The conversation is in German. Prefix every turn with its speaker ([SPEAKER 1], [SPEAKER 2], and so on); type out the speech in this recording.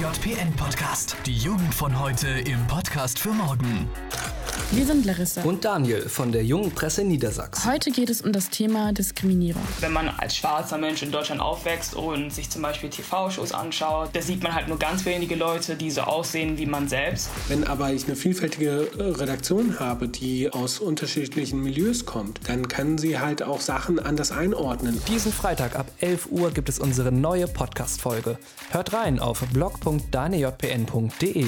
[SPEAKER 1] JPN Podcast. Die Jugend von heute im Podcast für morgen.
[SPEAKER 2] Wir sind Larissa.
[SPEAKER 3] und Daniel von der Jungen Presse Niedersachsen.
[SPEAKER 2] Heute geht es um das Thema Diskriminierung.
[SPEAKER 4] wenn man als schwarzer Mensch in Deutschland aufwächst und sich zum Beispiel TV-Shows anschaut, da sieht man halt nur ganz wenige Leute, die so aussehen wie man selbst.
[SPEAKER 5] Wenn aber ich eine vielfältige äh, Redaktion habe, die aus unterschiedlichen Milieus kommt, dann kann sie halt auch Sachen anders einordnen.
[SPEAKER 3] Diesen Freitag ab 11 Uhr gibt es unsere neue Podcast-Folge. Hört rein auf blog.danejpn.de.